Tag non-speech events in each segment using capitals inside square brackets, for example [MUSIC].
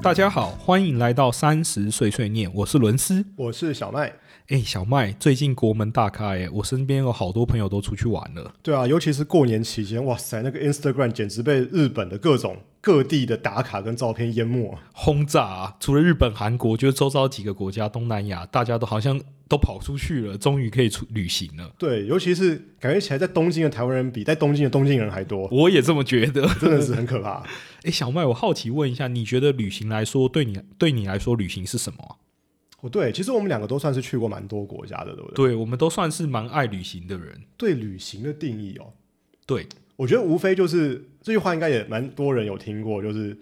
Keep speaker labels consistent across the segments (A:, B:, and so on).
A: 大家好，欢迎来到三十碎碎念，我是伦斯。
B: 我是小赖。
A: 哎，小麦，最近国门大开，哎，我身边有好多朋友都出去玩了。
B: 对啊，尤其是过年期间，哇塞，那个 Instagram 简直被日本的各种各地的打卡跟照片淹没啊。
A: 轰炸、啊，除了日本、韩国，就是周遭几个国家，东南亚，大家都好像都跑出去了，终于可以出旅行了。
B: 对，尤其是感觉起来，在东京的台湾人比在东京的东京人
A: [LAUGHS]
B: 还多，
A: 我也这么觉得。
B: 真的是很可怕。
A: 哎，小麦，我好奇问一下，你觉得旅行来说，对你对你来说，旅行是什么啊、
B: 哦，对，其实我们两个都算是去过蛮多国家的，对不对？
A: 对我们都算是蛮爱旅行的人。
B: 对旅行的定义哦，
A: 对，
B: 我觉得无非就是这句话，应该也蛮多人有听过，就是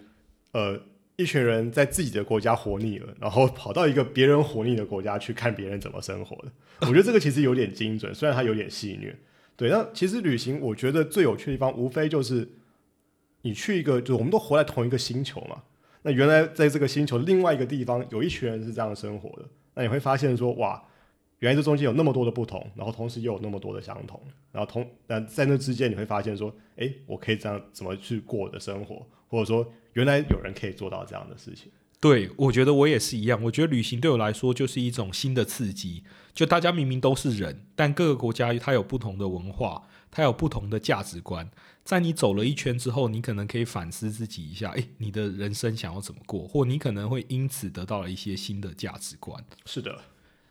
B: 呃，一群人在自己的国家活腻了，然后跑到一个别人活腻的国家去看别人怎么生活的。我觉得这个其实有点精准，虽然它有点戏谑。对，那其实旅行我觉得最有趣的地方，无非就是你去一个，就是我们都活在同一个星球嘛。那原来在这个星球另外一个地方，有一群人是这样生活的，那你会发现说，哇，原来这中间有那么多的不同，然后同时又有那么多的相同，然后同那在那之间你会发现说，哎，我可以这样怎么去过我的生活，或者说原来有人可以做到这样的事情。
A: 对，我觉得我也是一样。我觉得旅行对我来说就是一种新的刺激。就大家明明都是人，但各个国家它有不同的文化，它有不同的价值观。在你走了一圈之后，你可能可以反思自己一下，诶，你的人生想要怎么过，或你可能会因此得到了一些新的价值观。
B: 是的，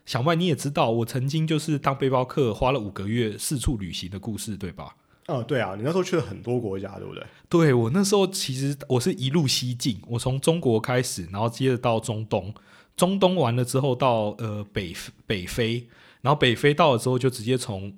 A: 小麦，你也知道，我曾经就是当背包客，花了五个月四处旅行的故事，对吧？
B: 啊、对啊，你那时候去了很多国家，对不对？
A: 对我那时候其实我是一路西进，我从中国开始，然后接着到中东，中东完了之后到呃北北非，然后北非到了之后就直接从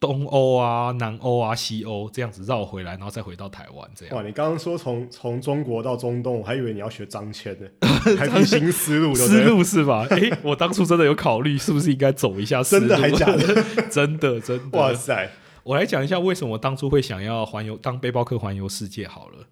A: 东欧啊、南欧啊、西欧这样子绕回来，然后再回到台湾这样。
B: 哇，你刚刚说从从中国到中东，我还以为你要学张骞
A: [LAUGHS]
B: 呢，还有新思路，对不
A: 思
B: 对？
A: 路是吧？诶，我当初真的有考虑是不是应该走一下思路，
B: 真的还假
A: 的？ [LAUGHS] 真的真
B: 哇
A: 的。
B: 塞，
A: 我来讲一下为什么我当初会想要环游当背包客环游世界好了。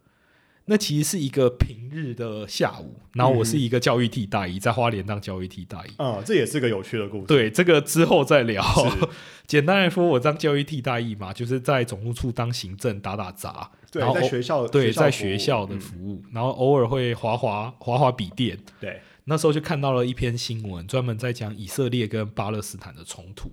A: 那其实是一个平日的下午，然后我是一个教育替代役，在花莲当教育替代役。
B: 啊、这也是个有趣的故
A: [LAUGHS]
B: 事。
A: 对，这个之后再聊。
B: 是
A: 简单来说，我当教育替代役嘛，就是在总务处当行政打打杂，
B: 对
A: 然，后
B: 在学校，
A: 对，在
B: 服务
A: 学校的
B: 嗯
A: 服务，然后偶尔会划划划划笔电。
B: 对，
A: 那时候就看到了一篇新闻，专门在讲以色列跟巴勒斯坦的冲突。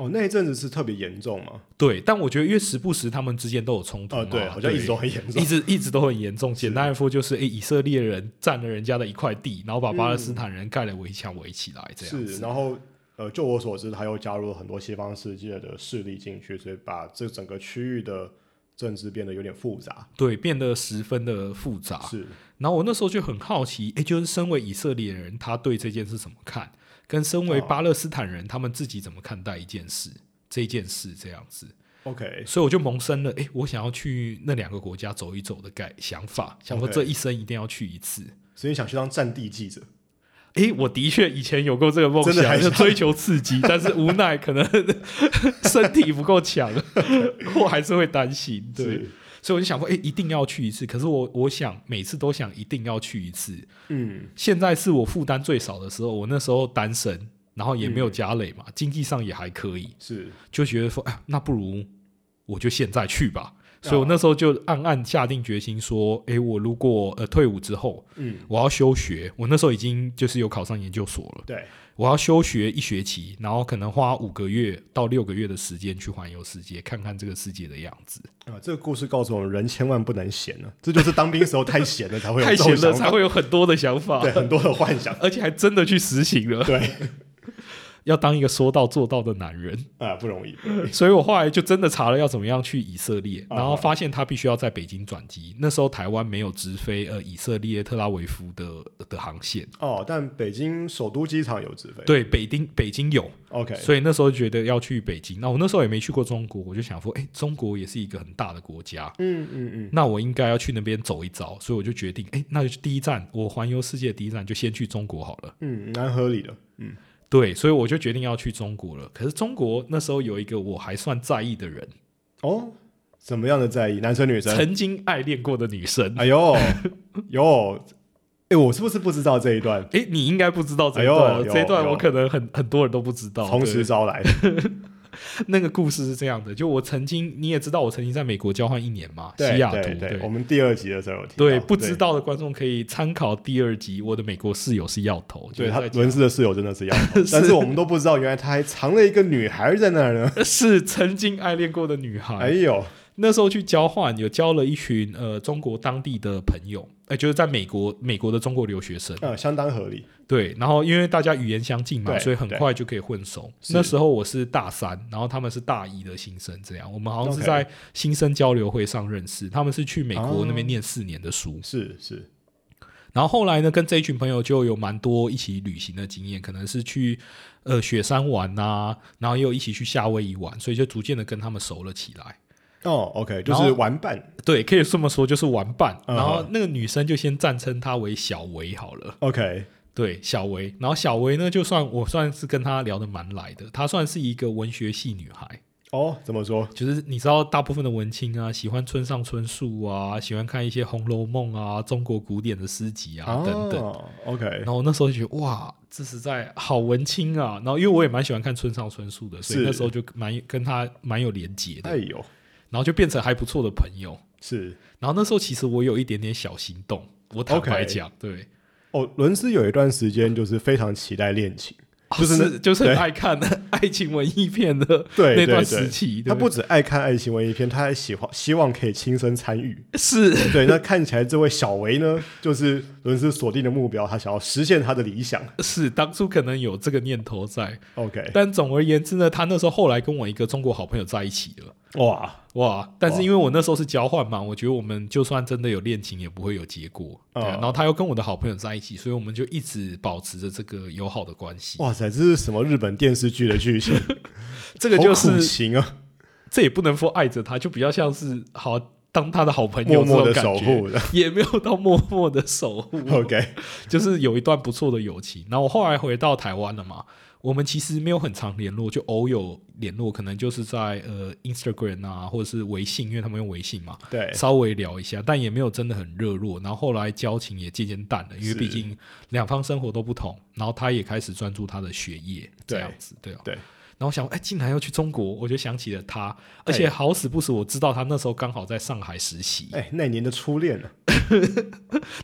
B: 哦，那一阵子是特别严重嘛？
A: 对，但我觉得因为时不时他们之间都有冲突
B: 啊、
A: 嘛，
B: 对，好像一直都很严重
A: 一。直一直都很严重。简单来说，就是诶、以色列人占了人家的一块地，然后把巴勒斯坦人盖了围墙围起来，这样
B: 嗯是，
A: 子。
B: 然后呃，就我所知，他又加入了很多西方世界的势力进去，所以把这整个区域的政治变得有点复杂。
A: 对，变得十分的复杂。
B: 是，
A: 然后我那时候就很好奇，诶、就是身为以色列人，他对这件事怎么看？跟身为
B: 哦
A: 巴勒斯坦人，他们自己怎么看待一件事？这件事这样子，
B: OK，
A: 所以我就萌生了，诶，我想要去那两个国家走一走的概想法，想说
B: OK
A: 这一生一定要去一次。
B: 所以你想去当战地记者，
A: 诶，我的确以前有过这个梦
B: 真的
A: 想，
B: 还
A: 就
B: 想
A: 追求刺
B: [LAUGHS]
A: 激，但是无奈可能 [LAUGHS] 身体不够
B: [LAUGHS]
A: 强，我还是会担心。对，
B: 是，
A: 所以我就想说，诶，一定要去一次。可是我我想每次都想一定要去一次。
B: 嗯，
A: 现在是我负担最少的时候，我那时候单身，然后也没有家累
B: 嗯
A: 嘛，经济上也还可以，
B: 是，
A: 就觉得说，哎，那不如我就现在去吧。
B: 哦
A: 所以我那时候就暗暗下定决心说，诶，我如果呃退伍之后，
B: 嗯，
A: 我要休学。我那时候已经就是有考上研究所了，
B: 对，
A: 我要休学一学期，然后可能花五个月到六个月的时间去环游世界，看看这个世界的样子。
B: 啊、这个故事告诉我们，人千万不能闲了、这就是当兵时候太闲了才会有
A: 太
B: 这
A: 闲
B: 种
A: 了
B: 想
A: 才
B: 法，
A: 会有很多的想法，
B: 对，很多的幻想，
A: 而且还真的去实行了。
B: 对，
A: [LAUGHS] 要当一个说到做到的男人，
B: 啊、不容易，不容易
A: 所以我后来就真的查了要怎么样去以色列，
B: 啊
A: 然后发现他必须要在北京转机。那时候台湾没有直飞呃以色列特拉维夫的的航线，
B: 哦，但北京首都机场有直飞，
A: 对，北京北京有，
B: ，OK，
A: 所以那时候觉得要去北京。那我那时候也没去过中国，我就想说，哎、中国也是一个很大的国家，
B: 嗯嗯嗯，
A: 那我应该要去那边走一遭。所以我就决定，哎、那就第一站，我环游世界第一站就先去中国好了。
B: 嗯，蛮合理的。嗯，
A: 对，所以我就决定要去中国了。可是中国那时候有一个我还算在意的人，
B: 哦，怎么样的在意？男生女生？
A: 曾经爱恋过的女生。
B: [LAUGHS] 哎呦呦，哎、我是不是不知道这一段？
A: 哎、你应该不知道这一
B: 哎呦
A: 段，
B: 有
A: 这一段
B: 有
A: 我可能很很多人都不知道。
B: 从
A: 哦对
B: 实招来，
A: 那个故事是这样的，就我曾经你也知道，我曾经在美国交换一年嘛， [LAUGHS] 西雅图，
B: 对对，我们第二集的时候有提到，
A: 对，不知道的观众可以参考第二集《我的美国室友是药头》，就
B: 对
A: 是
B: 他
A: 在讲 [LAUGHS]
B: 伦斯的室友真的是要头，但是我们都不知道，原来他还藏了一个女孩在那儿呢。
A: 是曾经爱恋过的女孩。
B: [LAUGHS] 哎呦，
A: 那时候去交换，有交了一群呃中国当地的朋友，呃，就是在美国美国的中国留学生。
B: 呃，相当合理。
A: 对，然后因为大家语言相近嘛，
B: 对
A: 所以很快就可以混熟。
B: 是
A: 那时候我是大三，然后他们是大一的新生，这样我们好像是
B: OK
A: 在新生交流会上认识。他们是去美国
B: 哦
A: 那边念四年的书，
B: 是是，
A: 然后后来呢，跟这一群朋友就有蛮多一起旅行的经验，可能是去呃雪山玩呐、然后也有一起去夏威夷玩，所以就逐渐的跟他们熟了起来。
B: 哦，OK，就
A: 然后
B: 是玩伴
A: 对，可以这么说，就是玩伴。
B: 嗯哼
A: 然后那个女生就先暂称她为小维好了。
B: ，OK，
A: 对，小维。然后小维呢，就算我算是跟她聊得蛮来的，她算是一个文学系女孩。
B: 哦，怎么说？
A: 就是你知道，大部分的文青啊，喜欢村上春树啊，喜欢看一些《红楼梦》啊、中国古典的诗集啊、等等。
B: 哦，OK，
A: 然后我那时候就觉得哇，这实在好文青啊！然后因为我也蛮喜欢看村上春树的，所以
B: 是
A: 那时候就蛮跟他蛮有连结的，
B: 哎呦，
A: 然后就变成还不错的朋友。
B: 是
A: 然后那时候其实我有一点点小心动，我坦白
B: OK
A: 讲对，
B: 哦，伦斯有一段时间就是非常期待恋情，
A: 就
B: 就是哦是
A: 是就是很
B: 对
A: 爱看爱情文艺片的
B: 对
A: [LAUGHS] 那
B: 对
A: 段时
B: 对。
A: 期，对
B: 他
A: 对
B: 不止爱看爱情文艺片，他还喜欢希望可以亲身参与。
A: 是
B: [LAUGHS] 对，那看起来这位小维呢，就是伦斯锁定的目标，他想要实现他的理想。
A: 是当初可能有这个念头在，
B: OK，
A: 但总而言之呢，他那时候后来跟我一个中国好朋友在一起了。
B: 哇，
A: 哇！但是因为我那时候是交换嘛，我觉得我们就算真的有恋情，也不会有结果。对啊、
B: 嗯
A: 然后他又跟我的好朋友在一起，所以我们就一直保持着这个友好的关系。
B: 哇塞，这是什么日本电视剧的剧情？
A: [LAUGHS] 这个就
B: 好苦
A: 是，
B: 情啊，
A: 这也不能说爱着他，就比较像是好当他的好朋友
B: 默默
A: 这
B: 的
A: 种
B: 守
A: 感觉，
B: 护的。
A: 也没有到默默的守护，
B: [LAUGHS] OK，
A: 就是有一段不错的友情。然后我后来回到台湾了嘛，我们其实没有很常联络，就偶有联络，可能就是在呃 Instagram 啊，或者是微信，因为他们用微信嘛。[LAUGHS]
B: 对，
A: 稍微聊一下，但也没有真的很热络。然后后来交情也渐渐淡了，因为
B: 是
A: 毕竟两方生活都不同，然后他也开始专注他的学业，这
B: 对
A: 样子，对啊。
B: 对
A: 然后想，哎，竟然要去中国，我就想起了他，而
B: 哎
A: 且好死不死，我知道他那时候刚好在上海实习，
B: 哎，那年的初恋呢？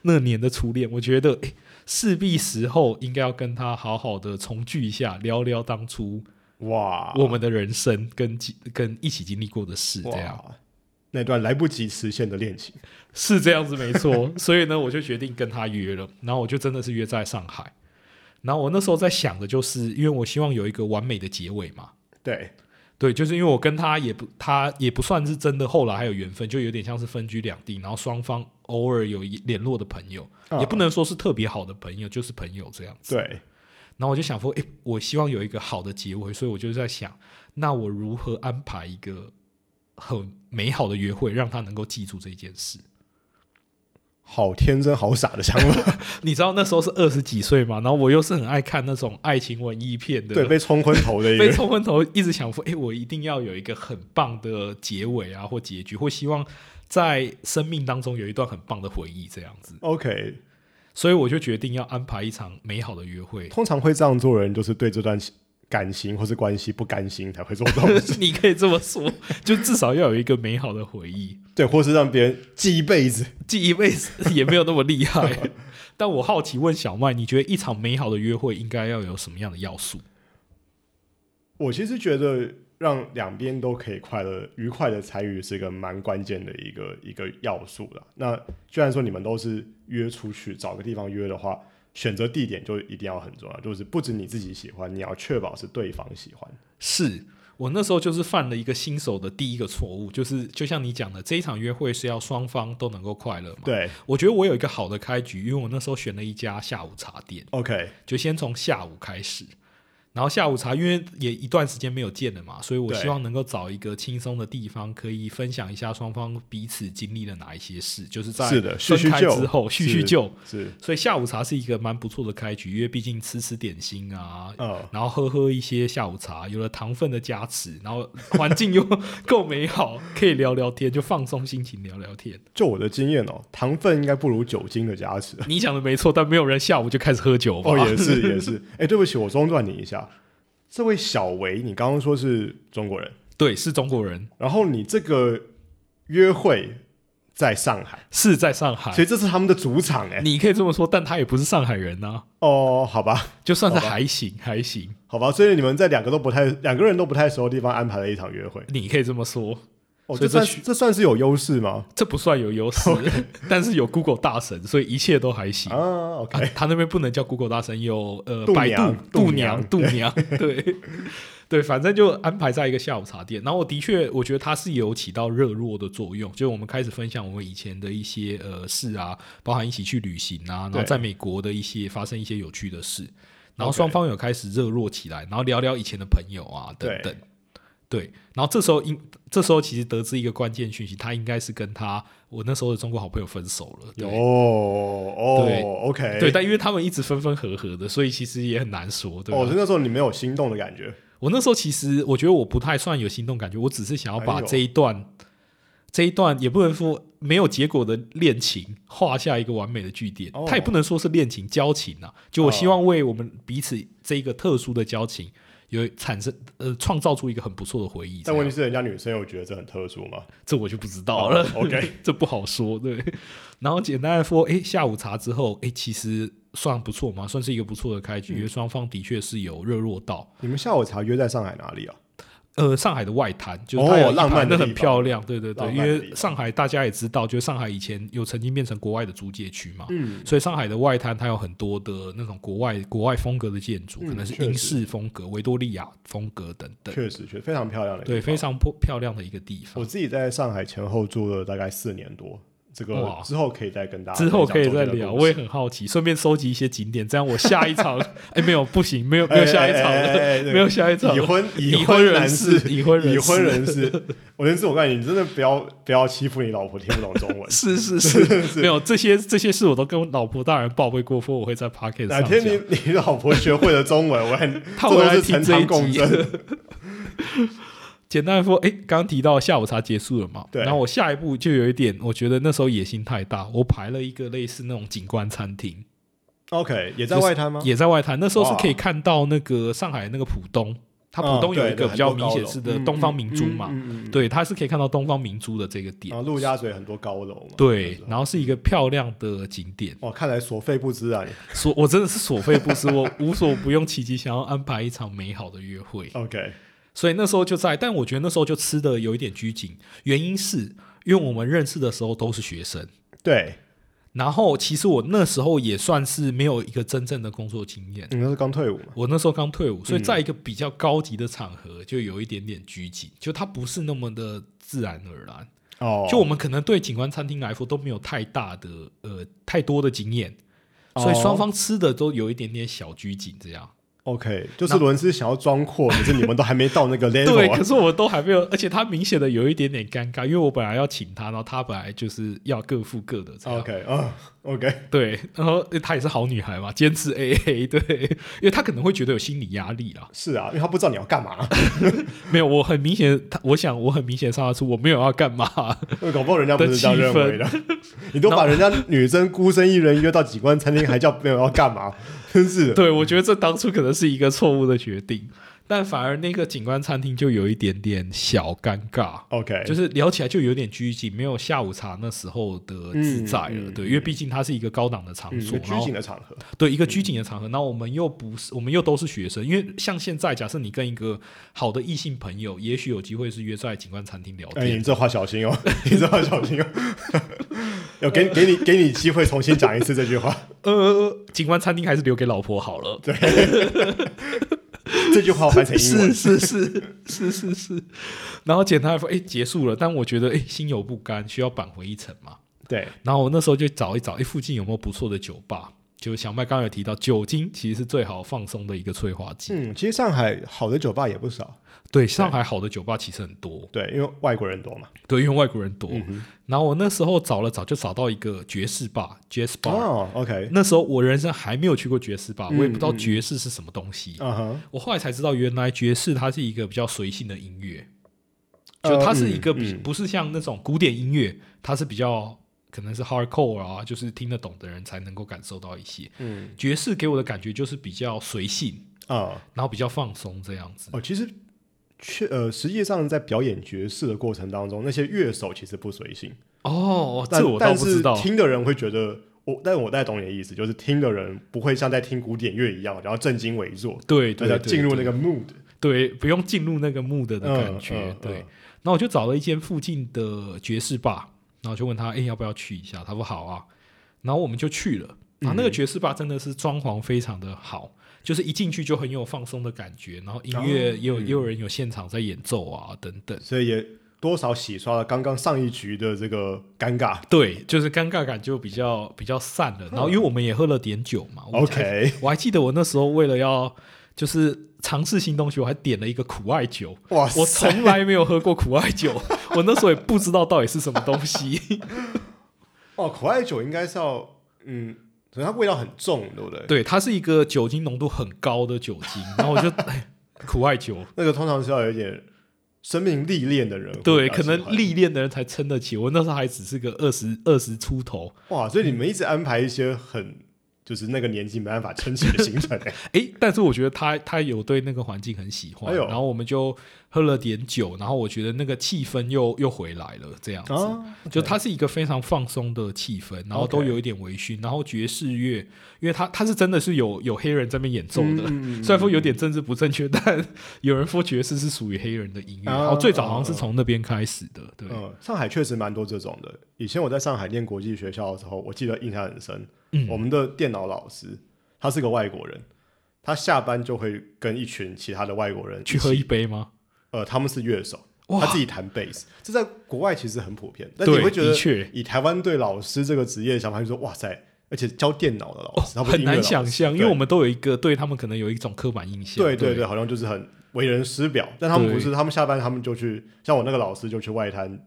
A: 那年的初恋，我觉得，哎，势必时候应该要跟他好好的重聚一下，聊聊当初
B: 哇，
A: 我们的人生跟经跟一起经历过的事，这样。
B: 哇，那段来不及实现的恋情。
A: 是这样子没错， [LAUGHS] 所以呢，我就决定跟他约了，然后我就真的是约在上海。然后我那时候在想的就是，因为我希望有一个完美的结尾嘛，
B: 对，
A: 对，就是因为我跟他也不，他也不算是真的，后来还有缘分，就有点像是分居两地，然后双方偶尔有一联络的朋友，
B: 啊
A: 也不能说是特别好的朋友，就是朋友这样子。
B: 对，
A: 然后我就想说，诶，我希望有一个好的结尾，所以我就在想，那我如何安排一个很美好的约会，让他能够记住这件事。 [LAUGHS]
B: 好天真好傻的想
A: [LAUGHS]
B: 法，
A: 你知道那时候是二十几岁嘛，然后我又是很爱看那种爱情文艺片的，
B: 对，被冲昏头的一个
A: [LAUGHS] 被
B: 人。
A: 冲昏头，一直想说，哎、我一定要有一个很棒的结尾啊，或结局，或希望在生命当中有一段很棒的回忆这样子，
B: OK，
A: 所以我就决定要安排一场美好的约 [LAUGHS] 会。
B: 通常会这样做的人，就是对这段感情或是关系不甘心才会做这种事，
A: 你可以这么说，就至少要有一个美好的回忆，
B: 对，或是让别人记一辈子。
A: 记一辈子也没有那么厉 [LAUGHS] 害。但我好奇问小麦，你觉得一场美好的约会应该要有什么样的要素？
B: 我其实觉得让两边都可以快乐、愉快的参与是一个蛮关键的一个一个要素啦。那虽然说你们都是约出去找个地方约的话，选择地点就一定要很重要，就是不止你自己喜欢，你要确保是对方喜欢。
A: 是我那时候就是犯了一个新手的第一个错误，就是就像你讲的，这一场约会是要双方都能够快乐嘛。
B: 对
A: 我觉得我有一个好的开局，因为我那时候选了一家下午茶店，
B: ，OK，
A: 就先从下午开始。然后下午茶，因为也一段时间没有见了嘛，所以我
B: 对
A: 希望能够找一个轻松的地方，可以分享一下双方彼此经历了哪一些事，就是在
B: 是的叙
A: 分
B: 叙
A: 开
B: 旧
A: 之后叙叙
B: 是
A: 旧。
B: 是，
A: 所以下午茶是一个蛮不错的开局，因为毕竟吃吃点心啊，
B: 呃，
A: 然后喝喝一些下午茶，有了糖分的加持，然后环境又 [LAUGHS] 够美好，可以聊聊天，就放松心情聊聊天。
B: 就我的经验哦，糖分应该不如酒精的加持。
A: 你
B: 哦
A: 讲的没错，但没有人下午就开始喝酒吧？
B: 哦，也是也是，哎、对不起，我中断你一下。这位小维，你刚刚说是中国人，
A: 对，是中国人，
B: 然后你这个约会在上海，
A: 是在上海
B: 所。以这是他们的主场哎、
A: 你可以这么说，但他也不是上海人呐、
B: 哦，好吧，
A: 就算是
B: 好吧
A: 还行还行，
B: 好吧，所以你们在两个都不太两个人都不太熟的地方安排了一场约会，
A: 你可以这么说，
B: 哦，
A: 所
B: 这
A: 以这
B: 算
A: 取
B: 这算是有优势吗？
A: 这不算有优
B: [LAUGHS]
A: 势但是有 Google 大神，所以一切都还行。
B: 啊，OK，
A: 啊他那边不能叫 Google 大神，有呃
B: 度
A: 百
B: 娘
A: 度、
B: 度
A: 度
B: 娘
A: 娘、度娘， [LAUGHS] 对对，反正就安排在一个下午茶店。然后我的确，我觉得它是有起到热络的作用，就是我们开始分享我们以前的一些呃事啊，包含一起去旅行啊，然后
B: 对
A: 在美国的一些发生一些有趣的事，然后
B: OK
A: 双方有开始热络起来，然后聊聊以前的朋友啊等
B: 对
A: 等。对，然后这时候应这时候其实得知一个关键讯息，他应该是跟他我那时候的中国好朋友分手了。对
B: 有哦
A: 对
B: ，OK，
A: 对，但因为他们一直分分合合的，所以其实也很难说，对吧？啊
B: 哦，所以那时候你没有心动的感觉，
A: 我那时候其实我觉得我不太算有心动感觉，我只是想要
B: 哎
A: 把
B: 呦
A: 这一段、这一段也不能说没有结果的恋情画下一个完美的句点。
B: 哦
A: 它也不能说是恋情交情啊，就我希望为我们彼此这一个特殊的交情有产生呃创造出一个很不错的回忆。这
B: 但问
A: 样
B: 题是人家女生有觉得这很特殊吗？
A: 这我就不知道了。
B: 哦，OK
A: [LAUGHS] 这不好说，对。然后简单的说，哎，下午茶之后，哎，其实算不错嘛，算是一个不错的开
B: 嗯
A: 局，因为双方的确是有热络到。
B: 你们下午茶约在上海哪里啊？
A: 呃，上海的外滩，就是
B: 哦
A: 它有一
B: 浪漫
A: 盘
B: 的
A: 的
B: 地
A: 很漂亮，对对对，
B: 浪
A: 因
B: 漫的地
A: 为
B: 方
A: 上海大家也知道，就是上海以前有曾经变成国外的租界区嘛，
B: 嗯，
A: 所以上海的外滩它有很多的那种国外国外风格的建筑，
B: 嗯
A: 可能是
B: 确
A: 英
B: 实
A: 式风格、维多利亚风格等等，
B: 确实，确实非常漂亮的，
A: 对，非。常漂漂亮的一个地方
B: 我。自己在上海前后住了大概四年多，这个
A: 哇
B: 之后可以再跟大家
A: 之后可以再
B: 分享中间的
A: 聊，
B: 故事
A: 我也很好奇，顺便收集一些景点，这样我下一
B: [LAUGHS]
A: 场，哎，没有，不行，没有，没有下一场
B: 哎哎哎哎哎
A: 了， [LAUGHS] 没有下一场
B: 已
A: 了，
B: 婚
A: [LAUGHS] 已
B: 已
A: 婚
B: 男
A: 人士，
B: 士，
A: 已婚人
B: 已
A: 士，。
B: 婚人士，我连自我告诉你，你真的不要不要欺负你老婆听不懂中文
A: [LAUGHS] 是是是，没有这些这些事我都跟老婆大人报备过，说我会在 p o c k e t
B: 哪
A: 上
B: 天
A: 讲。
B: 你你老婆学会了中文，我很
A: 她
B: 这
A: 回
B: 都
A: 来
B: 是
A: 听
B: 呈
A: 这
B: 堂
A: 一
B: 共振
A: 集。。 [LAUGHS] 简单地说，哎，刚刚提到下午茶结束了嘛？
B: 对
A: 然后我下一步就有一点，我觉得那时候野心太大，我排了一个类似那种景观餐厅，
B: OK，也在
A: 就是
B: 外滩吗？
A: 也在外滩。那时候是
B: 哇
A: 可以看到那个上海那个浦东，它浦
B: 哦
A: 东有一个比较明显是的东方明珠嘛，
B: 嘛，
A: 对，它是可以看到东方明珠的这个点
B: 然，后陆家嘴很多高楼嘛，那
A: 对
B: 时，候
A: 然后是一个漂亮的景点。
B: 哇，看来所费不知啊你。
A: 所我真的是所费不思，我无所不用其极，想要安排一场美好的约会。
B: OK，
A: 所以那时候就在，但我觉得那时候就吃的有一点拘谨，原因是因为我们认识的时候都是学生，
B: 对，
A: 然后其实我那时候也算是没有一个真正的工作经验，
B: 你那是刚退伍嘛？
A: 我那时候刚退伍，所以
B: 嗯
A: 在一个比较高级的场合就有一点点拘谨，就它不是那么的自然而然。
B: 哦
A: 就我们可能对景观餐厅来说都没有太大的呃太多的经验，所以
B: 哦
A: 双方吃的都有一点点小拘谨这样。
B: OK，就是伦斯想要
A: [LAUGHS]
B: 装阔，可是你们都还没到那个
A: 对，
B: level 啊
A: 可。是我都还没有，而且他明显的有一点点尴尬，因为我本来要请他，然后他本来就是要各付各的这样。
B: OK 啊，OK，
A: 对，然后呃她也是好女孩嘛，坚持 A A，对，因为她可能会觉得有心理压力啦。
B: 是啊，因为他不知道你要干嘛，
A: 没有，我很明显，他我想我很明显上得出我没有要干嘛，
B: 因为搞不好人家不是这样认为的。 [LAUGHS] 你都把人家女生孤身一人约到景观餐厅，还叫朋友要干嘛？ [LAUGHS] 真是的。
A: 对我觉得这当初可能是一个错误的决定，但反而那个景观餐厅就有一点点小尴尬。
B: OK，
A: 就是聊起来就有点拘谨，没有下午茶那时候的自在了，
B: 嗯嗯
A: 对，
B: 嗯
A: 因为毕竟它是一个高档的场
B: 嗯
A: 所，然
B: 拘
A: 后
B: 谨的嗯场合，
A: 对一个拘谨的场合，那我们又不是，我们又都是学生，因为像现在，假设你跟一个好的异性朋友，也许有机会是约在景观餐厅聊
B: 哎，你
A: 天，
B: 这话小心哦， [LAUGHS] 你这话小心哦。 [LAUGHS] 有给给你给你机会重新讲一次这
A: [LAUGHS]
B: 句话，
A: 呃，景观餐厅还是留给老婆好了。
B: 对，这句话我翻成英文
A: 是。是是是是是，然后简单来说，哎，结束了，但我觉得哎心有不甘，需要扳回一城嘛。
B: 对，
A: 然后我那时候就找一找，哎，附近有没有不错的酒吧？就小麦刚刚有提到，酒精其实是最好放松的一个催化剂。
B: 嗯，其实上海好的酒吧也不少，
A: 对，上海好的酒吧其实很多，
B: 对，因为外国人多嘛。
A: 对，因为外国人多。
B: 嗯哼
A: 然后我那时候找了找，就找到一个爵士吧 （jazz bar）。
B: 哦，OK，
A: 那时候我人生还没有去过爵士吧，
B: 嗯
A: 我也不知道爵士是什么东西。
B: 嗯哼，
A: 我后来才知道，原来爵士它是一个比较随性的音乐，就它是一个比、
B: 嗯嗯
A: 不是像那种古典音乐，它是比较可能是 hardcore 啊，就是听得懂的人才能够感受到一些。
B: 嗯，
A: 爵士给我的感觉就是比较随性，
B: 啊、
A: 然后比较放松这样子。
B: 哦，其实确呃，实际上在表演爵士的过程当中，那些乐手其实不随性，
A: 哦，
B: 但
A: 这我倒
B: 但
A: 不知
B: 是
A: 道。
B: 听的人会觉得。我，但我大概懂你的意思，就是听的人不会像在听古典乐一样，然后正襟危坐，
A: 对
B: 大
A: 对对，
B: 家呃进入那
A: 对
B: 个 mood，
A: 对，不用进入那个木的的感觉。
B: 嗯嗯
A: 对，
B: 嗯
A: 然后我就找了一间附近的爵士吧，然后就问他，哎，要不要去一下？他说好啊，然后我们就去了。啊，
B: 嗯
A: 那个爵士吧真的是装潢非常的好，就是一进去就很有放松的感觉，然后音乐
B: 哦
A: 也有、
B: 嗯
A: 也有人有现场在演奏啊，等等。
B: 所以也多少洗刷了刚刚上一局的这个尴
A: [LAUGHS]
B: 尬。
A: 对，就是尴尬感就比较比较散了。然后因为我们也喝了点酒嘛哦我们才
B: 嗯 OK，
A: 我还记得我那时候为了要就是尝试新东西，我还点了一个苦艾酒。
B: [LAUGHS] 哇
A: 我
B: 塞，
A: 从来没有喝过苦艾酒，我那时候也不知道到底是什么东西。
B: 哦，苦艾酒应该是要，嗯，可能它味道很重，对不对？
A: 对，它是一个酒精浓度很高的酒精，然后我就 [LAUGHS] 哎苦艾酒。
B: 那个通常是要有一点生命历练的人会
A: 对，
B: 比较
A: 可
B: 喜欢，
A: 能历练的人才撑得起。我那时候还只是 [LAUGHS] 个二十二十出头，
B: 哇，所以你们一直安排一些很就是那个年纪没办法撑起的行程、 [LAUGHS] 欸，
A: 诶，但是我觉得他他有对那个环境很喜欢，
B: 哎呦
A: 然后我们就喝了点酒，然后我觉得那个气氛又又回来了，这样子。
B: 啊，
A: 就它是一个非常放松的气氛，然后
B: OK
A: 都有一点微醺，然后爵士乐，因为它它是真的是有有黑人在那边演奏的，
B: 嗯
A: 虽然说有点政治不正确，但有人说爵士是属于黑人的音乐，
B: 啊
A: 然后最早好像是从那边开始的，对，
B: 嗯，上海确实蛮多这种的。以前我在上海念国际学校的时候，我记得印象很深。
A: 嗯
B: 我们的电脑老师他是个外国人，他下班就会跟一群其他的外国人
A: 去
B: 一起
A: 喝一杯吗？
B: 呃，他们是乐手，
A: 哇
B: 他自己弹贝斯，这在国外其实很普遍。但你
A: 对，
B: 会觉
A: 的
B: 得，
A: 确。
B: 以台湾对老师这个职业的想法，就说哇塞，而且教电脑的老
A: 哦
B: 师，他不是
A: 很
B: 音乐老
A: 难
B: 师
A: 想象，因为
B: 对
A: 我们都有一个对他们可能有一种刻板印象。
B: 对对
A: 对
B: 对，好像就是很为人师表，但他们不是，他们下班他们就去，像我那个老师就去外滩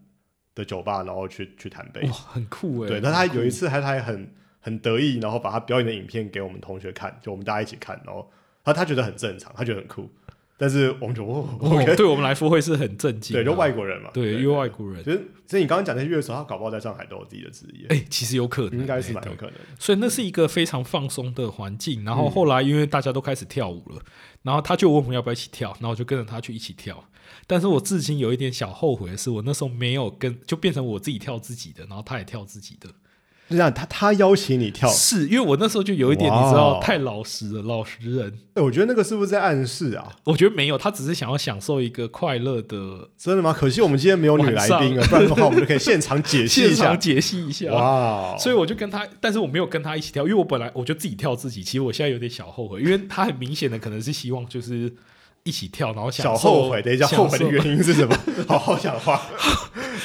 B: 的酒吧，然后去去弹贝斯
A: 哇，。很酷哎。
B: 对，但他
A: 很酷
B: 有一次还他还很很得意，然后把他表演的影片给我们同学看，就我们大家一起看，然后他他觉得很正常，他觉得很酷，但是我们就哦
A: 哦，
B: ，OK，
A: 对我们来说会是很震惊啊。
B: 对，就外国人嘛，
A: 对，因为外国人，
B: 其实所以你刚刚讲那些乐手，他搞不好在上海都有自己的职业，
A: 哎，其实有可能，
B: 应该是
A: 哎
B: 蛮
A: 对
B: 有可能。
A: 所以那是一个非常放松的环境。
B: 嗯
A: 然后后来因为大家都开始跳舞了，然后他就问我们要不要一起跳，然后我就跟着他去一起跳。但是我至今有一点小后悔的是，我那时候没有跟，就变成我自己跳自己的，然后他也跳自己的。
B: 就这样，他他邀请你跳，
A: 是因为我那时候就有一点，
B: 哇哦
A: 你知道，太老实了，老实人。
B: 哎，我觉得那个是不是在暗示啊？
A: 我觉得没有，他只是想要享受一个快乐的
B: 真的吗？可惜我们今天没有女来宾啊，不然的话我们就可以现场解析一
A: [LAUGHS] 现场
B: 下。
A: 解析一下。
B: 哇，哦
A: 所以我就跟他，但是我没有跟他一起跳，因为我本来我就自己跳自己。其实我现在有点小后悔，因为他很明显的可能是希望就是一起跳，然后享
B: 小
A: 受
B: 后悔，等一下后悔的
A: 享
B: 原因是什么？好好
A: [LAUGHS]
B: 讲话。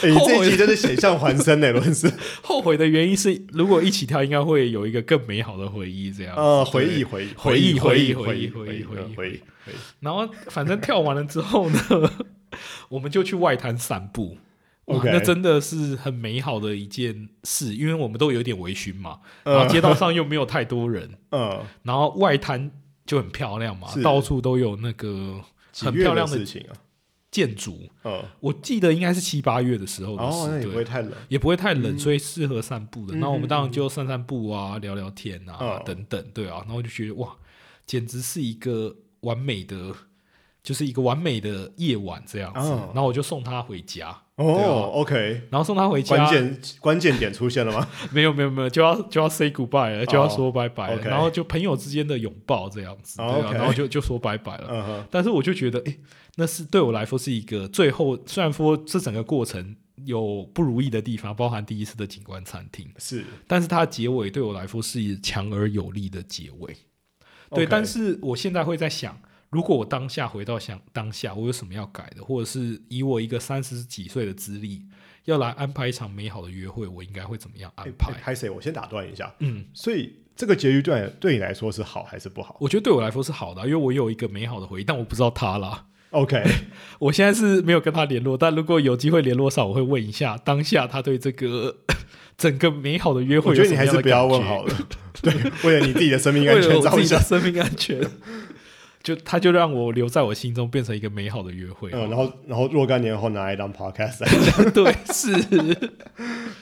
B: 哎，你这一集真的险象环生呢，伦
A: [LAUGHS]
B: 斯。
A: 受后悔的原因是，如果一起跳，应该会有一个更美好的回忆。这样
B: 呃，
A: 对
B: 回忆，回忆，
A: 回忆
B: 回忆，
A: 回忆
B: 回忆，
A: 回忆
B: 嗯
A: 回
B: 回
A: 忆
B: 忆，回忆。
A: 然后反正跳完了之后呢，我们就去外滩散步。哇
B: OK
A: 那真的是很美好的一件事，因为我们都有点微醺嘛，然后
B: 嗯
A: 街道上又没有太多人，
B: 嗯，
A: 然后外滩就很漂亮嘛，
B: 是
A: 到处都有那个
B: 几
A: 很
B: 月
A: 漂
B: 的
A: 亮的
B: 事情啊。
A: 建筑。
B: 嗯，
A: 我记得应该是七八月的时候的
B: 哦，那
A: 事，
B: 也不
A: 对，
B: 会太冷。
A: 也不会太冷，所以适合散步的。
B: 嗯
A: 那我们当然就散散步啊，聊聊天啊
B: 哦，
A: 等等，对啊。然后就觉得哇，简直是一个完美的，就是一个完美的夜晚这样子。
B: 哦
A: 然后我就送他回家，对啊
B: 哦，OK，
A: 然后送他回家，
B: 关键关键点出现了
A: [LAUGHS]
B: 吗？
A: 没有没有没有，就要就要 say goodbye 了，就要说拜拜了。
B: 哦 OK
A: 然后就朋友之间的拥抱这样子，
B: 哦
A: 对啊。
B: OK
A: 然后就就说拜拜了。
B: 嗯哼，
A: 但是我就觉得，诶，那是对我来说是一个最后，虽然说这整个过程有不如意的地方，包含第一次的景观餐厅，
B: 是
A: 但是它的结尾对我来说是强而有力的结尾。对
B: OK
A: 但是我现在会在想，如果我当下回到想当下，我有什么要改的，或者是以我一个三十几岁的资历要来安排一场美好的约会，我应该会怎么样安
B: 哎
A: 排？
B: 哎拍谁？我先打断一下。
A: 嗯，
B: 所以这个结局对你对你来说是好还是不好
A: 我觉得对我来说是好的啊，因为我有一个美好的回忆，但我不知道他啦。
B: ？OK，
A: 我现在是没有跟他联络，但如果有机会联络上，我会问一下当下他对这个 [LAUGHS] 整个美好的约会
B: 我觉得你还是不要问 [LAUGHS]
A: 好，
B: 好了。对，为了你自己的生命
A: 为
B: 安
A: 了
B: 全
A: 我
B: 着
A: 自己的
B: 想。
A: 生命安全。 [LAUGHS] 就他就让我留在我心中，变成一个美好的约 [LAUGHS] 会。
B: 嗯，然后然后若干年后拿来当 podcast [LAUGHS] 来
A: 对，是，这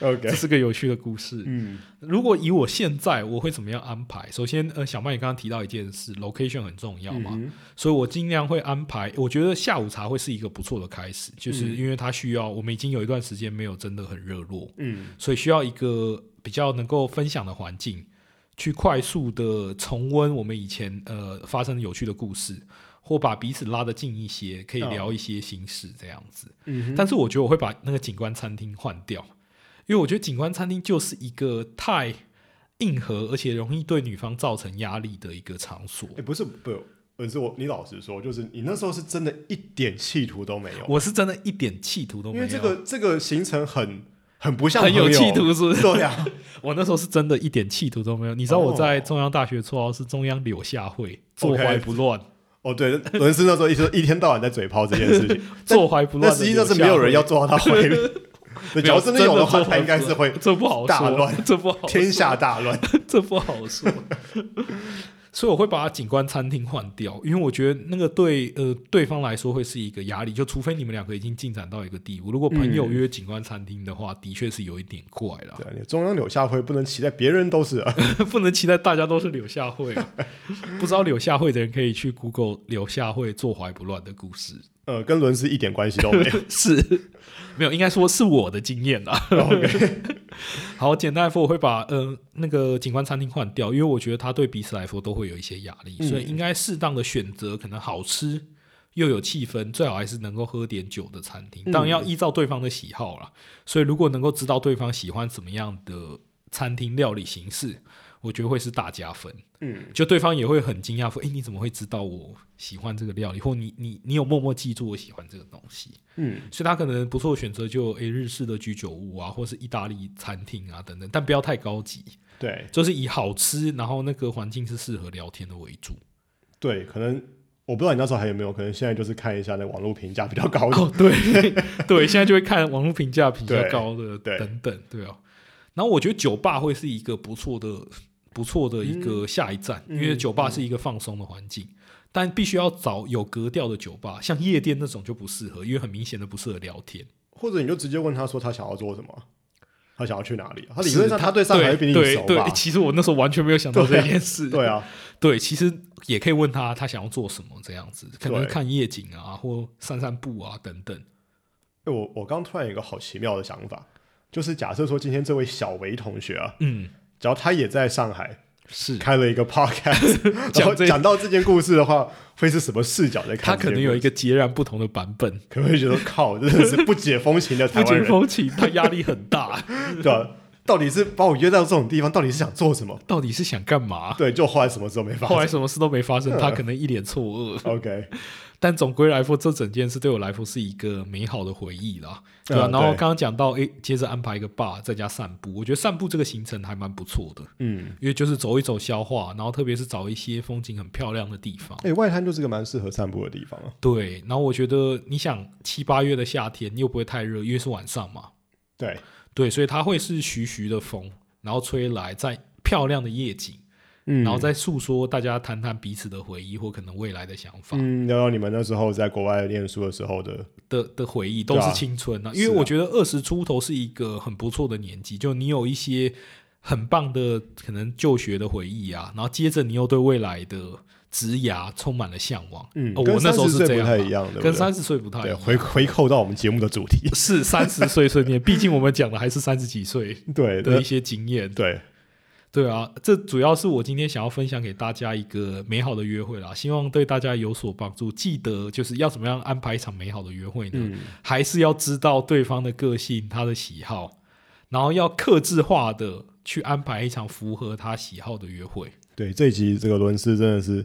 B: ，OK，
A: 是个有趣的故事。
B: 嗯
A: 如果以我现在，我会怎么样安排？首先，呃，小麦也刚刚提到一件事，location 很重要嘛，
B: 嗯
A: 所以我尽量会安排。我觉得下午茶会是一个不错的开始，就是因为它需要我们已经有一段时间没有真的很热络，
B: 嗯
A: 所以需要一个比较能够分享的环境，去快速的重温我们以前呃发生有趣的故事，或把彼此拉得近一些，可以
B: 哦
A: 聊一些心事这样子。
B: 嗯哼，
A: 但是我觉得我会把那个景观餐厅换掉，因为我觉得景观餐厅就是一个太硬核，而且容易对女方造成压力的一个场所。
B: 诶不是不，不是我，你老实说，就是你那时候是真的一点企图都没有，
A: 我是真的一点企图都没有，
B: 因为这个这个行程很很不像
A: 很有
B: 朋友
A: 企，图，是 [LAUGHS] 不是？
B: 对啊呀，
A: 我那时候是真的一点企图都没有。你知道我
B: 哦
A: 在中央大学绰号是中央柳下惠，坐怀不乱，
B: 哦对，伦斯那时候一直一天到晚在嘴炮这件事情，
A: 坐怀 [LAUGHS] 不
B: 那
A: 乱。
B: 实际上是没有人要，做到他
A: [LAUGHS]
B: 回避。对，
A: 没
B: 假
A: 有
B: 如真的有的话，
A: 坐
B: 他
A: 怀
B: 应该
A: 不
B: 是会
A: 乱这不好
B: 大
A: 说，
B: 乱
A: 这不好，
B: 天下大乱。
A: [LAUGHS]
B: [LAUGHS]
A: 这不好说。 [LAUGHS] 所以我会把景观餐厅换掉，因为我觉得那个对呃对方来说会是一个压力，就除非你们两个已经进展到一个地步。如果朋友
B: 嗯
A: 约景观餐厅的话，的确是有一点怪啦，
B: 对，你中央柳下惠不能期待别人都是啊。
A: [LAUGHS] 不能期待大家都是柳下惠啊。不知道柳下惠的人可以去 Google 柳下惠坐怀不乱的故事，
B: 呃，跟伦斯一点关系都没
A: [LAUGHS]
B: 有。
A: 是没有，应该说是我的经验啦。啊
B: OK，
A: [LAUGHS] 好，简单来说，我会把呃那个景观餐厅换掉，因为我觉得它对彼此来说都会有一些压力，
B: 嗯
A: 所以应该适当的选择可能好吃又有气氛，最好还是能够喝点酒的餐
B: 嗯
A: 厅。当然要依照对方的喜好啦，所以如果能够知道对方喜欢什么样的餐厅料理形式，我觉得会是大加分。
B: 嗯，
A: 就对方也会很惊讶说：“诶，你怎么会知道我喜欢这个料理？或你你你有默默记住我喜欢这个东西？”
B: 嗯，
A: 所以他可能不错的选择就诶日式的居酒屋啊，或是意大利餐厅啊等等，但不要太高级，
B: 对
A: 就是以好吃，然后那个环境是适合聊天的为主。
B: 对，可能我不知道你那时候还有没有，可能现在就是看一下那网络评价比较高的。
A: 哦，对 [LAUGHS] 对，现在就会看网络评价比较
B: 对
A: 高的
B: [LAUGHS] 对
A: 等等，对啊。然后我觉得酒吧会是一个不错的、不错的一个下一站，
B: 嗯
A: 因为酒吧是一个放松的环境，但必须要找有格调的酒吧，像夜店那种就不适合，因为很明显的不适合聊天。
B: [LAUGHS] 或者你就直接问他说他想要做什么，他想要去哪里啊？他理
A: 是
B: 论上他对上海会比你
A: 对
B: 熟
A: 对
B: 吧 [LAUGHS]
A: 对，？其实我那时候完全没有想到这
B: 对啊
A: 件事。
B: 对啊，
A: 对，其实也可以问他他想要做什么这样子，可能
B: 对
A: 看夜景啊，或散散步啊等等。
B: 哎我我刚突然有一个好奇妙的想法，就是假设说今天这位小维同学啊，
A: 嗯，
B: 只要他也在上海
A: 是
B: 开了一个
A: [LAUGHS]
B: podcast，然后
A: 这
B: 讲到这件故事的话，会是什么视角在
A: 他
B: 看？
A: 可能有一，个截然不同的版本。
B: [LAUGHS] 可能会觉得靠，真的是不解风情的
A: [LAUGHS] 不
B: [LAUGHS] 台湾
A: 解
B: 人，
A: 风情，他压力很大，
B: 对吧、到底是把我约到这种地方，到底是想做什么？
A: 到底是想干嘛？
B: 对， [LAUGHS] 就后来什么事都没发
A: 后来
B: 生。
A: 什么事都没发生，
B: 嗯
A: 他可能一脸错愕。
B: OK，
A: 但总归来说，这整件事对我来说是一个美好的回忆啦，对吧、啊
B: 嗯
A: 然后
B: 对
A: 刚刚讲到，诶，接着安排一个 bar 在家散步，我觉得散步这个行程还蛮不错的，
B: 嗯，
A: 因为就是走一走消化，然后特别是找一些风景很漂亮的地方。
B: 哎、外滩就是个蛮适合散步的地方啊。
A: 对，然后我觉得你想七八月的夏天你又不会太热，因为是晚上嘛，
B: 对，
A: 对，所以它会是徐徐的风，然后吹来，在漂亮的夜景，
B: 嗯
A: 然后再诉说大家谈谈彼此的回忆或可能未来的想法
B: 嗯，聊聊你们那时候在国外念书的时候的，
A: 的、的回忆，
B: 对
A: 都
B: 啊
A: 是青春啊。因为
B: 是啊
A: 我觉得二十出头是一个很不错的年纪，就你有一些很棒的可能就学的回忆啊，然后接着你又对未来的职涯充满了向往。
B: 嗯，
A: 哦
B: 跟
A: 我那时候
B: 30
A: 是
B: 岁
A: 这
B: 不
A: 样
B: 太
A: 嘛
B: 一样的，
A: 跟
B: 对
A: 三十岁不太一
B: 对
A: 样。
B: 回回扣到我们节目的主题，
A: 是三十岁碎念，毕竟我们讲的还是三十几岁
B: 对
A: 的
B: 对
A: 一些经验。
B: 对，
A: 对啊，这主要是我今天想要分享给大家一个美好的约会啦，希望对大家有所帮助。记得就是要怎么样安排一场美好的约会呢？
B: 嗯，
A: 还是要知道对方的个性、他的喜好，然后要克制化的去安排一场符合他喜好的约会。
B: 对，这一集这个伦斯真的是，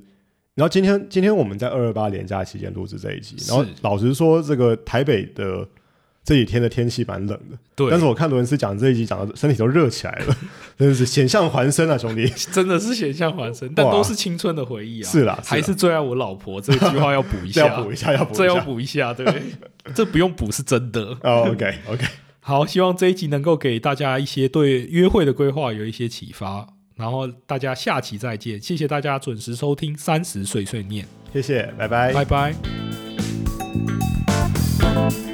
B: 然后今天今天我们在二二八连假期间录制这一集，然后
A: 是
B: 老实说，这个台北的这几天的天气蛮冷的，
A: 对，
B: 但是我看伦斯讲这一集讲的身体都热起来了， [LAUGHS] 真的是险象环生啊，兄弟，
A: 真的是险象环生，但都是青春的回忆啊。
B: 是啦，
A: 还是最爱我老婆这句话要补一
B: 这
A: 下
B: [LAUGHS] 要补，一下，要补
A: 这
B: 一
A: 要
B: 下。
A: 补一下，对，这不用补是真的。
B: 哦，OK OK，
A: 好，希望这一集能够给大家一些对约会的规划有一些启发。然后大家下期再见，谢谢大家准时收听《三十碎碎念
B: 哎谢谢，拜拜》，。
A: 拜拜。
B: Bye.